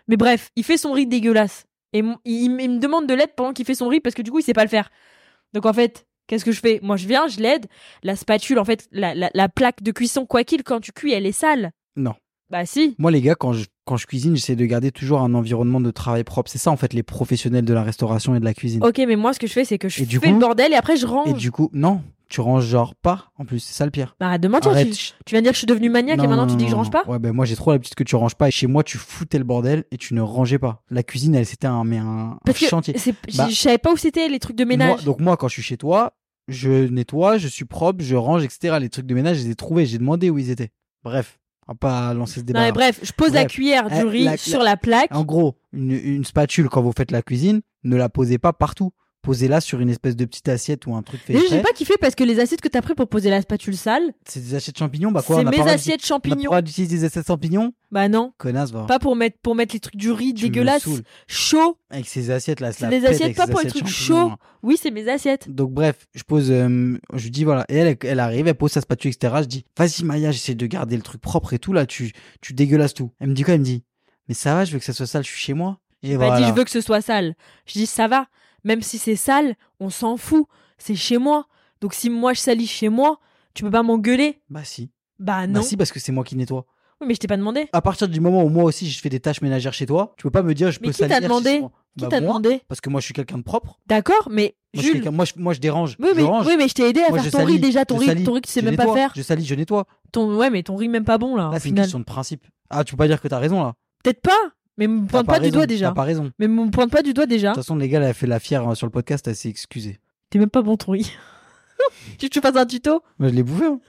Speaker 1: Mais bref, il fait son riz dégueulasse. Et mon- il, il m- il me demande de l'aide pendant qu'il fait son riz parce que du coup il sait pas le faire. Donc en fait, qu'est-ce que je fais Moi je viens, je l'aide. La spatule, en fait, la, la- la plaque de cuisson, quoi qu'il, quand tu cuis, elle est sale.
Speaker 2: Non.
Speaker 1: Bah si.
Speaker 2: Moi, les gars, quand je, quand je cuisine, j'essaie de garder toujours un environnement de travail propre. C'est ça en fait les professionnels de la restauration et de la cuisine.
Speaker 1: Ok, mais moi ce que je fais c'est que je
Speaker 2: Et
Speaker 1: fais
Speaker 2: du
Speaker 1: le
Speaker 2: coup-
Speaker 1: bordel et après je range.
Speaker 2: Et du coup, non, tu ranges genre pas en plus, c'est ça le pire.
Speaker 1: Bah arrête de mentir,
Speaker 2: Arrête.
Speaker 1: tu, tu viens de dire que je suis devenue maniaque et
Speaker 2: Non,
Speaker 1: maintenant
Speaker 2: non,
Speaker 1: tu dis
Speaker 2: non,
Speaker 1: que je
Speaker 2: non,
Speaker 1: range pas
Speaker 2: non. Ouais, ben moi j'ai trop l'habitude que tu ranges pas. Et chez moi, tu foutais le bordel et tu ne rangeais pas. La cuisine, elle, c'était un, mais un, un
Speaker 1: Parce que
Speaker 2: chantier.
Speaker 1: c'est-
Speaker 2: Bah,
Speaker 1: je je savais pas où c'était les trucs de ménage.
Speaker 2: Moi- donc moi, quand je suis chez toi, je nettoie, je suis propre, je range, etc. Les trucs de ménage, je les ai trouvés, j'ai demandé où ils étaient. Bref, on va pas lancer ce débat.
Speaker 1: Non, mais bref, je pose la
Speaker 2: bah, Bref.
Speaker 1: cuillère
Speaker 2: Eh,
Speaker 1: du riz
Speaker 2: la- la-
Speaker 1: sur la plaque.
Speaker 2: En gros, une, une spatule, quand vous faites la cuisine, ne la posez pas partout. Posez-la sur une espèce de petite assiette ou un truc fait
Speaker 1: Déjà, j'ai
Speaker 2: exprès.
Speaker 1: pas kiffé parce que les assiettes que t'as pris pour poser la spatule sale,
Speaker 2: C'est des assiettes champignons, bah quoi
Speaker 1: c'est
Speaker 2: on a pas
Speaker 1: mes
Speaker 2: le droit
Speaker 1: assiettes
Speaker 2: d'uti- On a pas le
Speaker 1: champignons.
Speaker 2: droit d'utiliser des assiettes champignons
Speaker 1: Bah non,
Speaker 2: Connasse, va.
Speaker 1: pas pour mettre pour mettre les trucs du riz
Speaker 2: Tu me
Speaker 1: dégueulasse,
Speaker 2: saoules.
Speaker 1: chaud.
Speaker 2: Avec ces assiettes là,
Speaker 1: C'est des assiettes, pas pour les trucs chauds. Oui, c'est mes assiettes.
Speaker 2: hein. Donc bref, je pose, euh, je lui dis voilà, et elle, elle arrive, elle pose sa spatule, etc. Je dis, vas-y Maya, j'essaie de garder le truc propre et tout là, tu, tu dégueulasses tout. Elle me dit quoi Elle me dit, mais ça va, je veux que ça soit sale, je suis chez moi. Et
Speaker 1: J'ai Pas
Speaker 2: voilà.
Speaker 1: Bah, dit je veux que ce soit sale. Je dis ça va, même si c'est sale, on s'en fout, c'est chez moi. Donc si moi je salis chez moi, tu peux pas m'engueuler.
Speaker 2: Bah si,
Speaker 1: Bah
Speaker 2: bah
Speaker 1: non.
Speaker 2: si parce que c'est moi qui nettoie.
Speaker 1: Oui, mais je t'ai pas demandé.
Speaker 2: À partir du moment où moi aussi je fais des tâches ménagères chez toi, tu peux pas me dire je
Speaker 1: Mais
Speaker 2: peux
Speaker 1: qui t'a
Speaker 2: salir. chez
Speaker 1: demandé
Speaker 2: moi.
Speaker 1: Qui
Speaker 2: Bah,
Speaker 1: t'a
Speaker 2: moi,
Speaker 1: demandé
Speaker 2: Parce que moi je suis quelqu'un de propre.
Speaker 1: D'accord, mais
Speaker 2: Moi, je, suis
Speaker 1: Jules.
Speaker 2: quelqu'un- moi, je, moi, je dérange.
Speaker 1: Oui mais,
Speaker 2: je range.
Speaker 1: oui, mais je t'ai aidé à
Speaker 2: Moi,
Speaker 1: faire
Speaker 2: je
Speaker 1: ton
Speaker 2: salis,
Speaker 1: riz déjà, ton
Speaker 2: je
Speaker 1: riz,
Speaker 2: salis,
Speaker 1: ton riz que tu sais
Speaker 2: je
Speaker 1: même pas
Speaker 2: nettoie,
Speaker 1: faire.
Speaker 2: Je salis, je nettoie.
Speaker 1: Ton ouais, mais ton riz même pas bon là. au
Speaker 2: Là, c'est une
Speaker 1: final.
Speaker 2: question de principe. Ah, tu peux pas dire que t'as raison là.
Speaker 1: Peut-être pas, mais me
Speaker 2: T'as
Speaker 1: pointe pas, du
Speaker 2: raison,
Speaker 1: doigt
Speaker 2: T'as
Speaker 1: déjà.
Speaker 2: pas raison.
Speaker 1: Mais me pointe pas du doigt déjà.
Speaker 2: De toute façon, les gars, elle a fait la fière hein, sur le podcast, elle s'est excusée.
Speaker 1: T'es même pas bon ton riz. tu veux que je te fasse un tuto
Speaker 2: Moi, je l'ai bouffé. hein.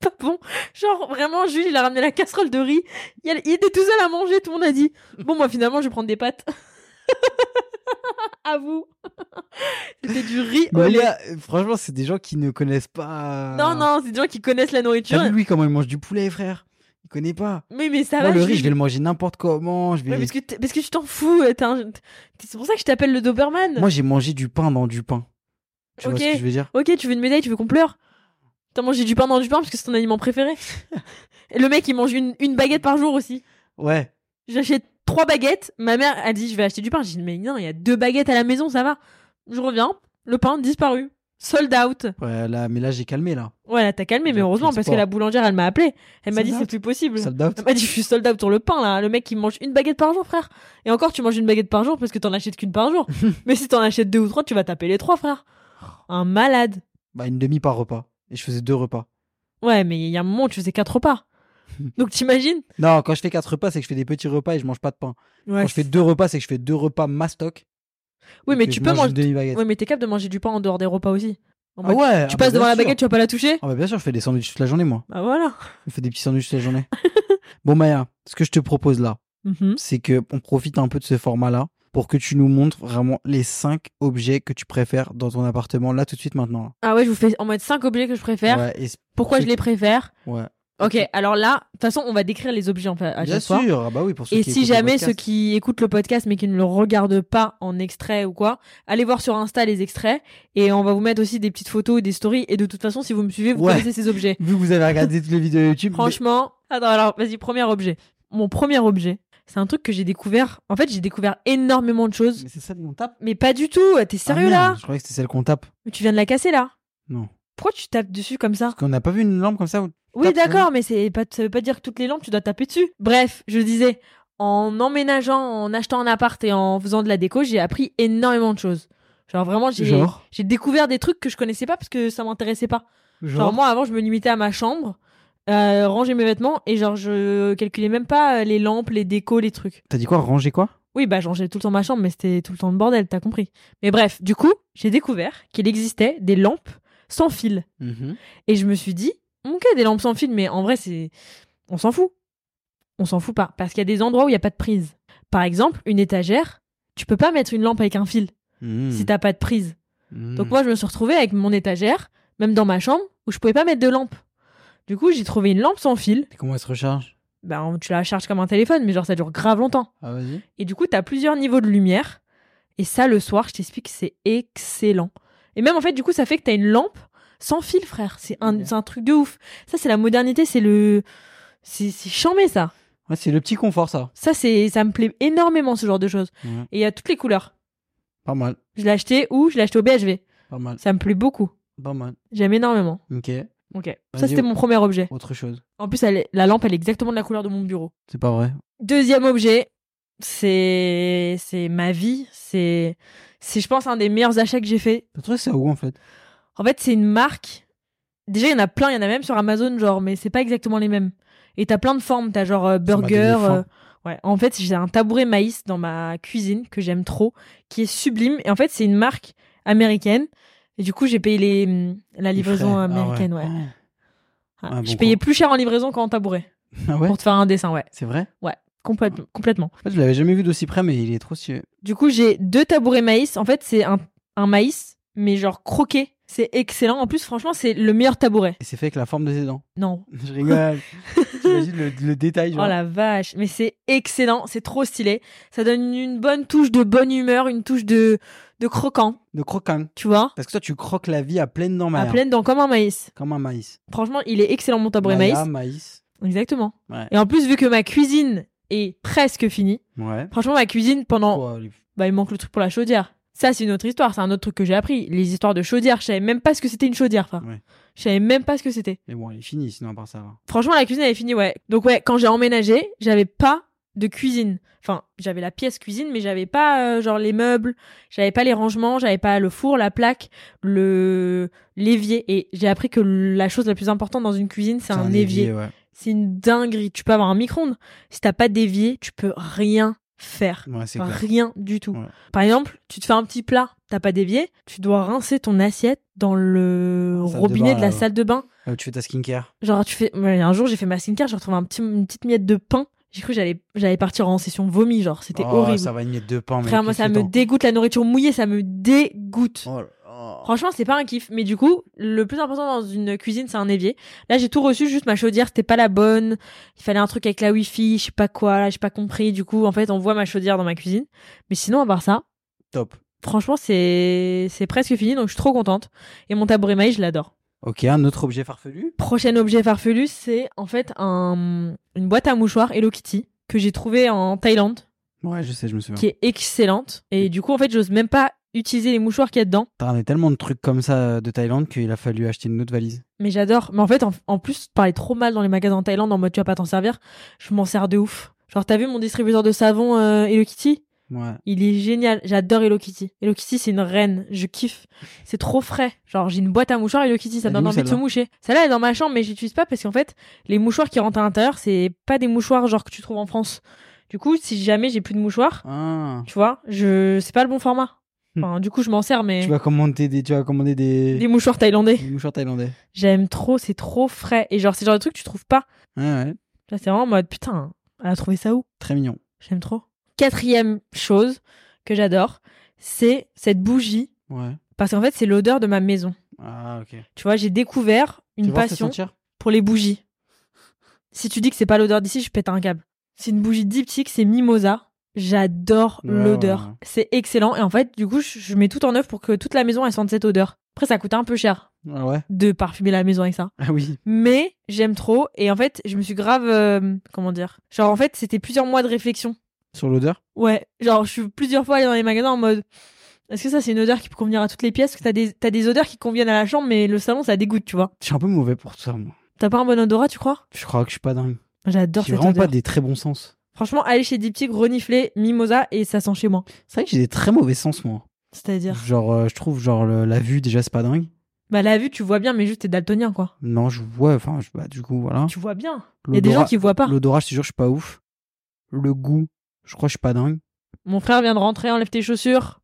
Speaker 1: T'es pas bon. Genre vraiment, Jules, il a ramené la casserole de riz. Il, a- il était tout seul à manger, tout le monde a dit. Bon, moi finalement, je vais prendre des pâtes. à vous. C'était du riz au
Speaker 2: Mais les
Speaker 1: lait.
Speaker 2: gars, euh, franchement, c'est des gens qui ne connaissent pas.
Speaker 1: Ah, Non, non, c'est des gens qui connaissent la nourriture.
Speaker 2: T'as vu lui comment il mange du poulet, frère Il connaît pas.
Speaker 1: Mais, mais ça
Speaker 2: Moi,
Speaker 1: va.
Speaker 2: le riz,
Speaker 1: Jules.
Speaker 2: je vais le manger n'importe comment. Je vais...
Speaker 1: Ouais, parce, que t'es- parce que tu t'en fous. euh, t'es un- t'es- C'est pour ça que je t'appelle le Doberman.
Speaker 2: Moi, j'ai mangé du pain dans du pain. Tu
Speaker 1: Ok.
Speaker 2: vois ce que je veux dire
Speaker 1: Ok, tu veux une médaille, tu veux qu'on pleure T'as mangé du pain dans du pain parce que c'est ton aliment préféré. Et le mec, il mange une, une baguette par jour aussi.
Speaker 2: Ouais.
Speaker 1: J'achète trois baguettes. Ma mère a dit, je vais acheter du pain. J'ai dit, mais non, il y a deux baguettes à la maison, ça va. Je reviens, le pain disparu. Sold out.
Speaker 2: ouais là, mais là, j'ai calmé là.
Speaker 1: Voilà, t'as calmé,
Speaker 2: J'ai
Speaker 1: mais heureusement,
Speaker 2: appris le
Speaker 1: parce que la
Speaker 2: sport.
Speaker 1: boulangère, elle m'a appelé. Elle m'a dit,
Speaker 2: Sold out.
Speaker 1: c'est plus possible.
Speaker 2: Sold out.
Speaker 1: Elle m'a dit, je suis sold out sur le pain, là. Le mec, il mange une baguette par jour, frère. Et encore, tu manges une baguette par jour parce que t'en achètes qu'une par jour. mais si t'en achètes deux ou trois, tu vas taper les trois, frère. Un malade.
Speaker 2: Bah, une demi par repas. Et je faisais deux repas.
Speaker 1: Ouais, mais il y a un moment où tu faisais quatre repas. Donc t'imagines
Speaker 2: Non, quand je fais quatre repas, c'est que je fais des petits repas et je mange pas de pain.
Speaker 1: ouais,
Speaker 2: Quand je fais deux repas, c'est que je fais deux repas mastoc.
Speaker 1: Oui,
Speaker 2: et
Speaker 1: mais
Speaker 2: que
Speaker 1: tu
Speaker 2: je
Speaker 1: peux
Speaker 2: mange
Speaker 1: manger.
Speaker 2: une demi-baguette.
Speaker 1: Oui, mais t'es capable de manger du pain en dehors des repas aussi. En
Speaker 2: Ah
Speaker 1: mode,
Speaker 2: ouais
Speaker 1: Tu
Speaker 2: ah bah,
Speaker 1: passes devant
Speaker 2: bien
Speaker 1: la
Speaker 2: sûr.
Speaker 1: baguette, tu vas pas la toucher
Speaker 2: Ah bah bien sûr, je fais des sandwichs toute la journée, moi.
Speaker 1: Bah voilà.
Speaker 2: Je fais des petits sandwichs toute la journée. bon, Maya, ce que je te propose là,
Speaker 1: Mhm.
Speaker 2: c'est que on profite un peu de ce format-là pour que tu nous montres vraiment les cinq objets que tu préfères dans ton appartement, là, tout de suite, maintenant.
Speaker 1: Ah ouais, je vous fais en mode 5 objets que je préfère.
Speaker 2: Ouais, et c'est-
Speaker 1: Pourquoi
Speaker 2: ceux
Speaker 1: je les préfère
Speaker 2: ouais.
Speaker 1: Ok, alors là, de toute façon, on va décrire les objets en fait, à
Speaker 2: Bien
Speaker 1: chaque fois.
Speaker 2: sûr. Ah bah oui, pour ceux
Speaker 1: Et
Speaker 2: qui
Speaker 1: si
Speaker 2: écoutent le
Speaker 1: jamais
Speaker 2: podcast.
Speaker 1: ceux qui écoutent le podcast mais qui ne le regardent pas en extrait ou quoi, allez voir sur Insta les extraits et on va vous mettre aussi des petites photos et des stories. Et de toute façon, si vous me suivez, vous
Speaker 2: Ouais.
Speaker 1: connaissez ces objets.
Speaker 2: Vu que vous avez regardé toutes les vidéos YouTube,
Speaker 1: Franchement, attends, alors vas-y, premier objet. Mon premier objet, c'est un truc que j'ai découvert. En fait, j'ai découvert énormément de
Speaker 2: mais,
Speaker 1: choses,
Speaker 2: mais c'est celle qu'on tape.
Speaker 1: mais pas du tout. T'es sérieux
Speaker 2: Ah merde,
Speaker 1: là
Speaker 2: Je croyais que c'était celle qu'on tape.
Speaker 1: Mais tu viens de la casser là
Speaker 2: Non.
Speaker 1: Pourquoi tu tapes dessus comme ça
Speaker 2: Qu'on n'a pas vu une lampe comme ça où
Speaker 1: Oui,
Speaker 2: Tape,
Speaker 1: d'accord, mais c'est pas, ça veut pas dire que toutes les lampes, tu dois taper dessus. Bref, je disais, en emménageant, en achetant un appart et en faisant de la déco, j'ai appris énormément de choses. Genre vraiment, j'ai
Speaker 2: Genre.
Speaker 1: j'ai découvert des trucs que je connaissais pas parce que ça m'intéressait pas. Genre,
Speaker 2: Genre.
Speaker 1: moi, avant, je me limitais à ma chambre, euh, ranger mes vêtements et genre, je calculais même pas euh, les lampes, les décos, les trucs.
Speaker 2: T'as dit quoi Ranger quoi
Speaker 1: Oui, bah, j'enlevais tout le temps ma chambre, mais c'était tout le temps le bordel, t'as compris. Mais bref, du coup, j'ai découvert qu'il existait des lampes sans fil.
Speaker 2: Mhm.
Speaker 1: Et je me suis dit, ok, des lampes sans fil, mais en vrai, c'est. On s'en fout. On s'en fout pas. Parce qu'il y a des endroits où il n'y a pas de prise. Par exemple, une étagère, tu peux pas mettre une lampe avec un fil
Speaker 2: Mhm.
Speaker 1: si t'as pas de prise.
Speaker 2: Mhm.
Speaker 1: Donc moi, je me suis retrouvée avec mon étagère, même dans ma chambre, où je pouvais pas mettre de lampe. Du coup, j'ai trouvé une lampe sans fil.
Speaker 2: Et Comment elle se recharge
Speaker 1: Ben, tu la charges comme un téléphone, mais genre, ça dure grave longtemps.
Speaker 2: Ah vas-y.
Speaker 1: Et du coup, t'as plusieurs niveaux de lumière. Et ça, le soir, je t'explique, c'est excellent. Et même en fait, du coup, ça fait que t'as une lampe sans fil, frère. C'est un,
Speaker 2: Ok.
Speaker 1: c'est un truc de ouf. Ça, c'est la modernité, c'est le. C'est c'est chambé, ça.
Speaker 2: Ouais, c'est le petit confort ça.
Speaker 1: Ça, c'est ça me plaît énormément, ce genre de choses.
Speaker 2: Ouais.
Speaker 1: Et il y a toutes les couleurs.
Speaker 2: Pas mal.
Speaker 1: Je l'ai acheté où Je l'ai acheté au BHV.
Speaker 2: Pas mal.
Speaker 1: Ça me plaît beaucoup.
Speaker 2: Pas mal.
Speaker 1: J'aime énormément.
Speaker 2: Ok.
Speaker 1: Ok. Ça,
Speaker 2: Vas-y.
Speaker 1: c'était mon premier objet.
Speaker 2: Autre chose.
Speaker 1: En plus, elle est- la lampe, elle est exactement de la couleur de mon bureau.
Speaker 2: C'est pas vrai.
Speaker 1: Deuxième objet, c'est c'est ma vie. C'est, c'est, je pense, un des meilleurs achats que j'ai fait.
Speaker 2: Le truc c'est où en fait
Speaker 1: En fait, c'est une marque. Déjà, il y en a plein, il y en a même sur Amazon, genre, mais c'est pas exactement les mêmes. Et t'as plein de formes, t'as genre euh,
Speaker 2: m'a donné
Speaker 1: burger.
Speaker 2: faim.
Speaker 1: euh, Ouais, en fait, j'ai un tabouret maïs dans ma cuisine que j'aime trop, qui est sublime. Et en fait, c'est une marque américaine. Et du coup, j'ai payé les, hum, la livraison
Speaker 2: Les frais. Ah
Speaker 1: américaine, ouais. Ah,
Speaker 2: Ah, bon
Speaker 1: je payais
Speaker 2: coup.
Speaker 1: plus cher en livraison qu'en tabouret
Speaker 2: Ah ouais
Speaker 1: pour te faire un dessin, ouais.
Speaker 2: C'est vrai
Speaker 1: Complète- Complètement.
Speaker 2: En fait, je l'avais jamais vu d'aussi près, mais il est trop cieux.
Speaker 1: Du coup, j'ai deux tabourets maïs. En fait, c'est un, un maïs, mais genre croqué. C'est excellent. En plus, franchement, c'est le meilleur tabouret.
Speaker 2: Et c'est fait avec la forme de ses dents.
Speaker 1: Non.
Speaker 2: Je rigole. T'imagines le, le détail, genre.
Speaker 1: Oh la vache. Mais c'est excellent. C'est trop stylé. Ça donne une bonne touche de bonne humeur, une touche de, de croquant,
Speaker 2: De croquant.
Speaker 1: tu vois.
Speaker 2: Parce que toi, tu croques la vie à pleine dents,
Speaker 1: À
Speaker 2: Maya.
Speaker 1: pleine dent, comme un maïs.
Speaker 2: Comme un maïs.
Speaker 1: Franchement, il est excellent, mon tabouret
Speaker 2: Maya,
Speaker 1: maïs.
Speaker 2: maïs.
Speaker 1: Exactement.
Speaker 2: Ouais.
Speaker 1: Et en plus, vu que ma cuisine est presque finie,
Speaker 2: Ouais.
Speaker 1: franchement, ma cuisine, pendant
Speaker 2: Oh, les-
Speaker 1: bah il manque le truc pour la chaudière. Ça c'est une autre histoire, c'est un autre truc que j'ai appris. Les histoires de chaudière, je savais même pas ce que c'était une chaudière. Enfin,
Speaker 2: Ouais.
Speaker 1: je savais même pas ce que c'était.
Speaker 2: Mais bon, elle est finie, sinon, à part ça. va.
Speaker 1: Franchement, la cuisine elle est finie, ouais. Donc ouais, quand j'ai emménagé, j'avais pas de cuisine. Enfin, j'avais la pièce cuisine, mais j'avais pas euh, genre les meubles, j'avais pas les rangements, j'avais pas le four, la plaque, le l'évier. Et j'ai appris que la chose la plus importante dans une cuisine, c'est un, évier.
Speaker 2: ouais.
Speaker 1: C'est une dinguerie. Tu peux avoir un micro-ondes, si t'as pas d'évier, tu peux rien faire.
Speaker 2: Ouais, c'est clair.
Speaker 1: Rien du tout.
Speaker 2: Ouais.
Speaker 1: Par exemple, tu te fais un petit plat, t'as pas d'évier, tu dois rincer ton assiette dans le
Speaker 2: Salle de
Speaker 1: robinet
Speaker 2: bain,
Speaker 1: de la
Speaker 2: là,
Speaker 1: salle de bain.
Speaker 2: Euh, tu fais ta skincare.
Speaker 1: Genre, tu fais. ouais, un jour, j'ai fait ma skincare, j'ai retrouvé un petit, une petite miette de pain. J'ai cru que j'allais, j'allais partir en session vomi, genre, c'était
Speaker 2: oh,
Speaker 1: horrible.
Speaker 2: Ça va une miette de pain, mais.
Speaker 1: Frère, moi,
Speaker 2: qu'est-ce
Speaker 1: ça
Speaker 2: que
Speaker 1: me
Speaker 2: t'en-
Speaker 1: dégoûte, la nourriture mouillée, ça me dégoûte.
Speaker 2: Oh là- oh.
Speaker 1: Franchement, c'est pas un kiff. Mais du coup, le plus important dans une cuisine, c'est un évier. Là, j'ai tout reçu, juste ma chaudière, c'était pas la bonne. Il fallait un truc avec la wifi, je sais pas quoi, là, j'ai pas compris. Du coup, en fait, on voit ma chaudière dans ma cuisine. Mais sinon, à part ça,
Speaker 2: Top.
Speaker 1: franchement, c'est c'est presque fini, donc je suis trop contente. Et mon tabouret maïs, je l'adore.
Speaker 2: Ok, un autre objet farfelu.
Speaker 1: Prochain objet farfelu, c'est en fait un... une boîte à mouchoirs Hello Kitty que j'ai trouvée en Thaïlande,
Speaker 2: Ouais, je sais, je me souviens.
Speaker 1: qui est excellente. Et du coup, en fait, j'ose même pas utiliser les mouchoirs qu'il y a dedans.
Speaker 2: T'as ramené tellement de trucs comme ça euh, de Thaïlande qu'il a fallu acheter une autre valise.
Speaker 1: Mais j'adore. Mais en fait, en, en plus, je parlais trop mal dans les magasins en Thaïlande en mode tu vas pas t'en servir. Je m'en sers de ouf. Genre, t'as vu mon distributeur de savon euh, Hello Kitty
Speaker 2: Ouais.
Speaker 1: Il est génial. J'adore Hello Kitty. Hello Kitty, c'est une reine. Je kiffe. C'est trop frais. Genre, j'ai une boîte à mouchoirs Hello Kitty. Ça
Speaker 2: Elle est
Speaker 1: donne
Speaker 2: où,
Speaker 1: envie de se
Speaker 2: celle-là
Speaker 1: moucher. Celle-là, elle est dans ma chambre, mais j'utilise pas parce qu'en fait, les mouchoirs qui rentrent à l'intérieur, c'est pas des mouchoirs genre que tu trouves en France. Du coup, si jamais j'ai plus de mouchoirs,
Speaker 2: Ah.
Speaker 1: tu vois, je, c'est pas le bon format.
Speaker 2: Hmm.
Speaker 1: Enfin, du coup, je m'en sers, mais
Speaker 2: Tu vas commander des, tu vas commander des,
Speaker 1: des mouchoirs thaïlandais.
Speaker 2: des mouchoirs thaïlandais.
Speaker 1: J'aime trop. C'est trop frais. Et genre, c'est le genre de truc que tu trouves pas.
Speaker 2: Ouais, ouais.
Speaker 1: Là, c'est vraiment en mode putain, elle a trouvé ça où
Speaker 2: Très mignon.
Speaker 1: J'aime trop. Quatrième chose que j'adore, c'est cette bougie.
Speaker 2: Ouais.
Speaker 1: Parce qu'en fait, c'est l'odeur de ma maison.
Speaker 2: Ah, ok.
Speaker 1: Tu vois, j'ai découvert une
Speaker 2: tu vois, ça
Speaker 1: passion
Speaker 2: sentir
Speaker 1: pour les bougies. Si tu dis que c'est pas l'odeur d'ici, je pète un câble. C'est une bougie diptyque, c'est Mimosa. J'adore
Speaker 2: Ouais,
Speaker 1: l'odeur.
Speaker 2: ouais, ouais.
Speaker 1: C'est excellent. Et en fait, du coup, je, je mets tout en œuvre pour que toute la maison elle sente cette odeur. Après, ça coûte un peu cher
Speaker 2: Ah ouais
Speaker 1: de parfumer la maison avec ça.
Speaker 2: Ah oui.
Speaker 1: Mais j'aime trop. Et en fait, je me suis grave. euh, comment dire Genre, en fait, c'était plusieurs mois de réflexion.
Speaker 2: Sur l'odeur
Speaker 1: Ouais, genre je suis plusieurs fois allée dans les magasins en mode est-ce que ça c'est une odeur qui peut convenir à toutes les pièces Parce que t'as des, t'as des odeurs qui conviennent à la chambre, mais le salon ça dégoûte, tu vois.
Speaker 2: Je suis un peu mauvais pour ça, moi.
Speaker 1: T'as pas un bon odorat, tu crois
Speaker 2: Je crois que je suis pas dingue.
Speaker 1: J'adore
Speaker 2: J'ai
Speaker 1: cette
Speaker 2: vraiment
Speaker 1: odeur.
Speaker 2: pas des très bons sens.
Speaker 1: Franchement, aller chez Diptyque, renifler, mimosa et ça sent chez moi.
Speaker 2: C'est vrai que j'ai des très mauvais sens, moi.
Speaker 1: C'est-à-dire,
Speaker 2: Genre, euh, je trouve, genre, le- la vue, déjà, c'est pas dingue.
Speaker 1: bah la vue tu vois bien, mais juste t'es daltonien quoi.
Speaker 2: Non, je vois, enfin, je- bah, du coup, voilà.
Speaker 1: Tu vois bien. Il y a des gens
Speaker 2: L'odorat-
Speaker 1: qui voient pas.
Speaker 2: L'odorat, je te jure, je suis pas ouf. Le goût, je crois que je suis pas dingue.
Speaker 1: Mon frère vient de rentrer, enlève tes chaussures,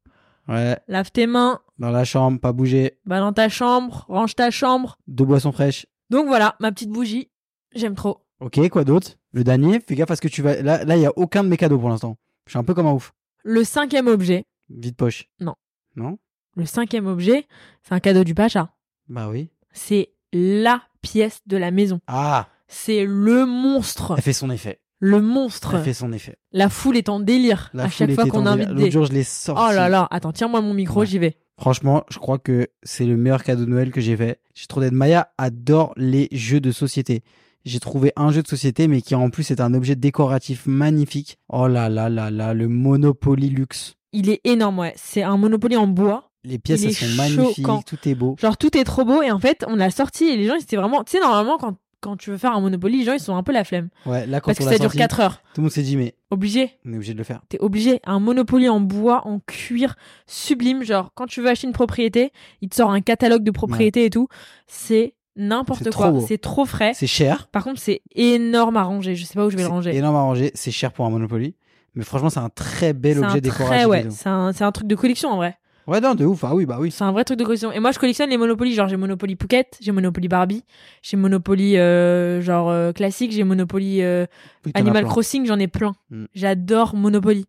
Speaker 2: Ouais,
Speaker 1: lave tes mains,
Speaker 2: dans la chambre, pas bouger.
Speaker 1: va dans ta chambre, range ta chambre.
Speaker 2: Deux boissons fraîches.
Speaker 1: Donc voilà, ma petite bougie, j'aime trop.
Speaker 2: Ok, quoi d'autre Le dernier, fais gaffe parce que tu vas. Là, là, il y a aucun de mes cadeaux pour l'instant. Je suis un peu comme un ouf.
Speaker 1: Le cinquième objet,
Speaker 2: Vite poche.
Speaker 1: Non.
Speaker 2: Non
Speaker 1: le cinquième objet, c'est un cadeau du Pacha.
Speaker 2: Bah oui.
Speaker 1: c'est la pièce de la maison.
Speaker 2: Ah
Speaker 1: C'est le monstre.
Speaker 2: Elle fait son effet.
Speaker 1: Le
Speaker 2: Elle
Speaker 1: monstre.
Speaker 2: fait son effet.
Speaker 1: La foule est en délire
Speaker 2: La
Speaker 1: à
Speaker 2: foule
Speaker 1: chaque fois
Speaker 2: était
Speaker 1: qu'on
Speaker 2: tendue.
Speaker 1: invite
Speaker 2: L'autre
Speaker 1: des.
Speaker 2: jour, je l'ai
Speaker 1: Oh
Speaker 2: sorti.
Speaker 1: là là, attends, tiens-moi mon micro,
Speaker 2: Ouais.
Speaker 1: j'y vais.
Speaker 2: Franchement, je crois que c'est le meilleur cadeau de Noël que j'ai fait. J'ai trouvé Maya adore les jeux de société. J'ai trouvé un jeu de société, mais qui en plus est un objet décoratif magnifique. Oh là là là là, le Monopoly Luxe.
Speaker 1: Il est énorme, ouais. C'est un Monopoly en bois.
Speaker 2: Les pièces,
Speaker 1: Il
Speaker 2: elles
Speaker 1: est
Speaker 2: sont magnifiques,
Speaker 1: choquant.
Speaker 2: tout est beau.
Speaker 1: Genre, tout est trop beau et en fait, on l'a sorti et les gens, ils étaient vraiment. Tu sais, normalement, quand, quand tu veux faire un Monopoly, les gens, ils sont un peu la flemme.
Speaker 2: Ouais, là, quand
Speaker 1: Parce
Speaker 2: on
Speaker 1: que
Speaker 2: l'a
Speaker 1: ça dure
Speaker 2: sorti,
Speaker 1: 4 heures.
Speaker 2: tout le monde s'est dit, mais
Speaker 1: Obligé.
Speaker 2: on est obligé de le faire.
Speaker 1: T'es obligé. Un Monopoly en bois, en cuir, sublime. Genre, quand tu veux acheter une propriété, il te sort un catalogue de propriétés et tout. C'est
Speaker 2: C'est
Speaker 1: n'importe
Speaker 2: trop
Speaker 1: quoi.
Speaker 2: beau.
Speaker 1: C'est trop frais.
Speaker 2: C'est cher.
Speaker 1: Par contre, c'est énorme à ranger. Je sais pas où je vais le
Speaker 2: C'est
Speaker 1: ranger.
Speaker 2: énorme à ranger. C'est cher pour un Monopoly. Mais franchement, c'est un très
Speaker 1: C'est
Speaker 2: bel
Speaker 1: un très,
Speaker 2: objet décoratif.
Speaker 1: ouais,
Speaker 2: et tout.
Speaker 1: c'est un, c'est un truc de collection en vrai.
Speaker 2: ouais, non, de ouf. Ah oui, bah oui.
Speaker 1: C'est un vrai truc de collection. Et moi, je collectionne les Monopoly. Genre, j'ai Monopoly Pocket, j'ai Monopoly Barbie, j'ai Monopoly euh, genre euh, classique, j'ai Monopoly euh,
Speaker 2: Oui, t'en as
Speaker 1: Animal
Speaker 2: plein.
Speaker 1: Crossing, j'en ai plein.
Speaker 2: Mm.
Speaker 1: J'adore Monopoly.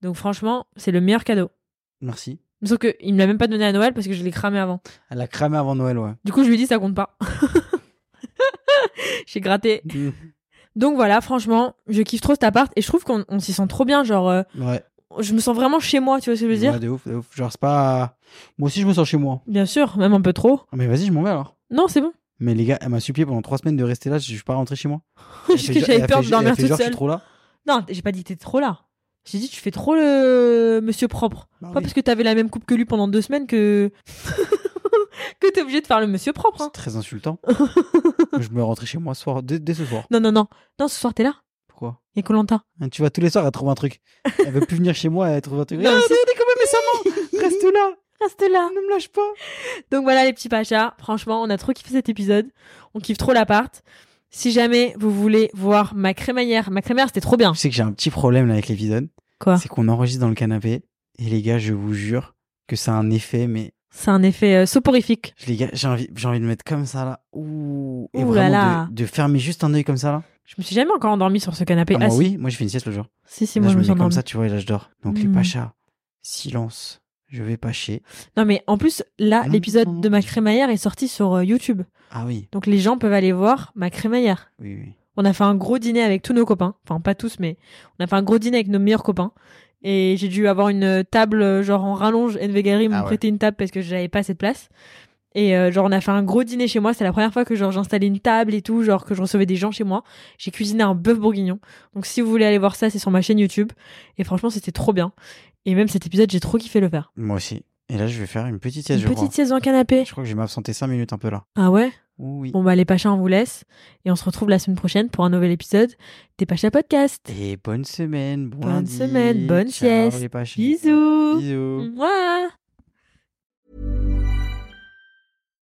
Speaker 1: Donc franchement, c'est le meilleur cadeau.
Speaker 2: Merci.
Speaker 1: Sauf que il me l'a même pas donné à Noël parce que je l'ai cramé avant.
Speaker 2: Elle a cramé avant Noël, ouais.
Speaker 1: Du coup, je lui dis ça compte pas. j'ai gratté. Donc voilà, franchement, je kiffe trop cet appart et je trouve qu'on on s'y sent trop bien. Genre, euh,
Speaker 2: ouais.
Speaker 1: je me sens vraiment chez moi, tu vois ce que je veux dire
Speaker 2: Ouais, de ouf, de ouf. Genre, c'est pas. Moi aussi, je me sens chez moi.
Speaker 1: Bien sûr, même un peu trop.
Speaker 2: Ah, Mais vas-y, je m'en vais alors.
Speaker 1: Non, c'est bon.
Speaker 2: Mais les gars, elle m'a supplié pendant trois semaines de rester là. Je je suis pas rentré chez moi. Elle
Speaker 1: Parce
Speaker 2: fait
Speaker 1: que
Speaker 2: genre-
Speaker 1: j'avais
Speaker 2: elle
Speaker 1: peur
Speaker 2: fait-
Speaker 1: de
Speaker 2: elle
Speaker 1: dormir
Speaker 2: fait
Speaker 1: toute
Speaker 2: genre, Je
Speaker 1: seule.
Speaker 2: suis trop là.
Speaker 1: Non, j'ai pas dit que t'étais trop là. J'ai dit tu fais trop le monsieur propre.
Speaker 2: Bah
Speaker 1: Pas
Speaker 2: oui.
Speaker 1: parce que t'avais la même coupe que lui pendant deux semaines que que t'es obligé de faire le monsieur propre. hein.
Speaker 2: C'est très insultant. je me rentrais chez moi ce soir, dès, dès ce soir.
Speaker 1: Non, non, non. Non, ce soir t'es là.
Speaker 2: Pourquoi
Speaker 1: Et Colanta.
Speaker 2: Hein, Tu vas tous les soirs, elle trouve un truc. Elle veut plus venir chez moi, elle trouve un truc. Regarde,
Speaker 1: quand même
Speaker 2: reste là,
Speaker 1: Reste là.
Speaker 2: ne me lâche pas.
Speaker 1: Donc voilà les petits pachas. Franchement, on a trop kiffé cet épisode. On kiffe trop l'appart. Si jamais vous voulez voir ma crémaillère, ma crémaillère c'était trop bien.
Speaker 2: Je sais que j'ai un petit problème là avec l'épisode.
Speaker 1: Quoi
Speaker 2: C'est qu'on enregistre dans le canapé. Et les gars, je vous jure que ça a un effet, mais
Speaker 1: C'est un effet euh, soporifique.
Speaker 2: je- les gars, j'ai envie, j'ai envie de mettre comme ça là. Ouh. Et
Speaker 1: Ouh là
Speaker 2: vraiment
Speaker 1: là.
Speaker 2: De, de fermer juste un œil comme ça là.
Speaker 1: Je me suis jamais encore endormie sur ce canapé.
Speaker 2: Ah, moi,
Speaker 1: si.
Speaker 2: oui, moi je fais une sieste le jour.
Speaker 1: Si, si,
Speaker 2: Là,
Speaker 1: moi
Speaker 2: je
Speaker 1: je me
Speaker 2: mets
Speaker 1: suis
Speaker 2: comme
Speaker 1: endormie.
Speaker 2: ça, tu vois, et là je dors. Donc les
Speaker 1: Mm.
Speaker 2: pachas, silence. Je vais pacher.
Speaker 1: Non mais en plus là
Speaker 2: Ah non, non,
Speaker 1: l'épisode de
Speaker 2: non.
Speaker 1: ma crémaillère est sorti sur euh, YouTube.
Speaker 2: Ah oui,
Speaker 1: Donc les gens peuvent aller voir ma crémaillère.
Speaker 2: oui, oui.
Speaker 1: On a fait un gros dîner avec tous nos copains, enfin pas tous mais on a fait un gros dîner avec nos meilleurs copains et j'ai dû avoir une euh, table euh, genre en rallonge Envegari m'a
Speaker 2: Ah ouais.
Speaker 1: prêté une table parce que j'avais pas assez de place. Et euh, genre on a fait un gros dîner chez moi, c'est la première fois que genre j'installais une table et tout, genre que je recevais des gens chez moi. J'ai cuisiné un bœuf bourguignon. Donc si vous voulez aller voir ça, c'est sur ma chaîne YouTube et franchement, c'était trop bien. Et même cet épisode, j'ai trop kiffé le faire.
Speaker 2: Moi aussi. Et là, je vais faire une petite sieste,
Speaker 1: Une
Speaker 2: je crois.
Speaker 1: petite sieste dans le canapé.
Speaker 2: Je crois que je vais m'absenter 5 minutes un peu là.
Speaker 1: Ah ouais
Speaker 2: Oui.
Speaker 1: Bon bah les Pachas, on vous laisse et on se retrouve la semaine prochaine pour un nouvel épisode des Pachas Podcast.
Speaker 2: Et bonne semaine, bon
Speaker 1: Bonne
Speaker 2: lundi.
Speaker 1: semaine, bonne
Speaker 2: Ciao,
Speaker 1: sieste.
Speaker 2: les pachas.
Speaker 1: Bisous.
Speaker 2: Bisous.
Speaker 1: Mouah.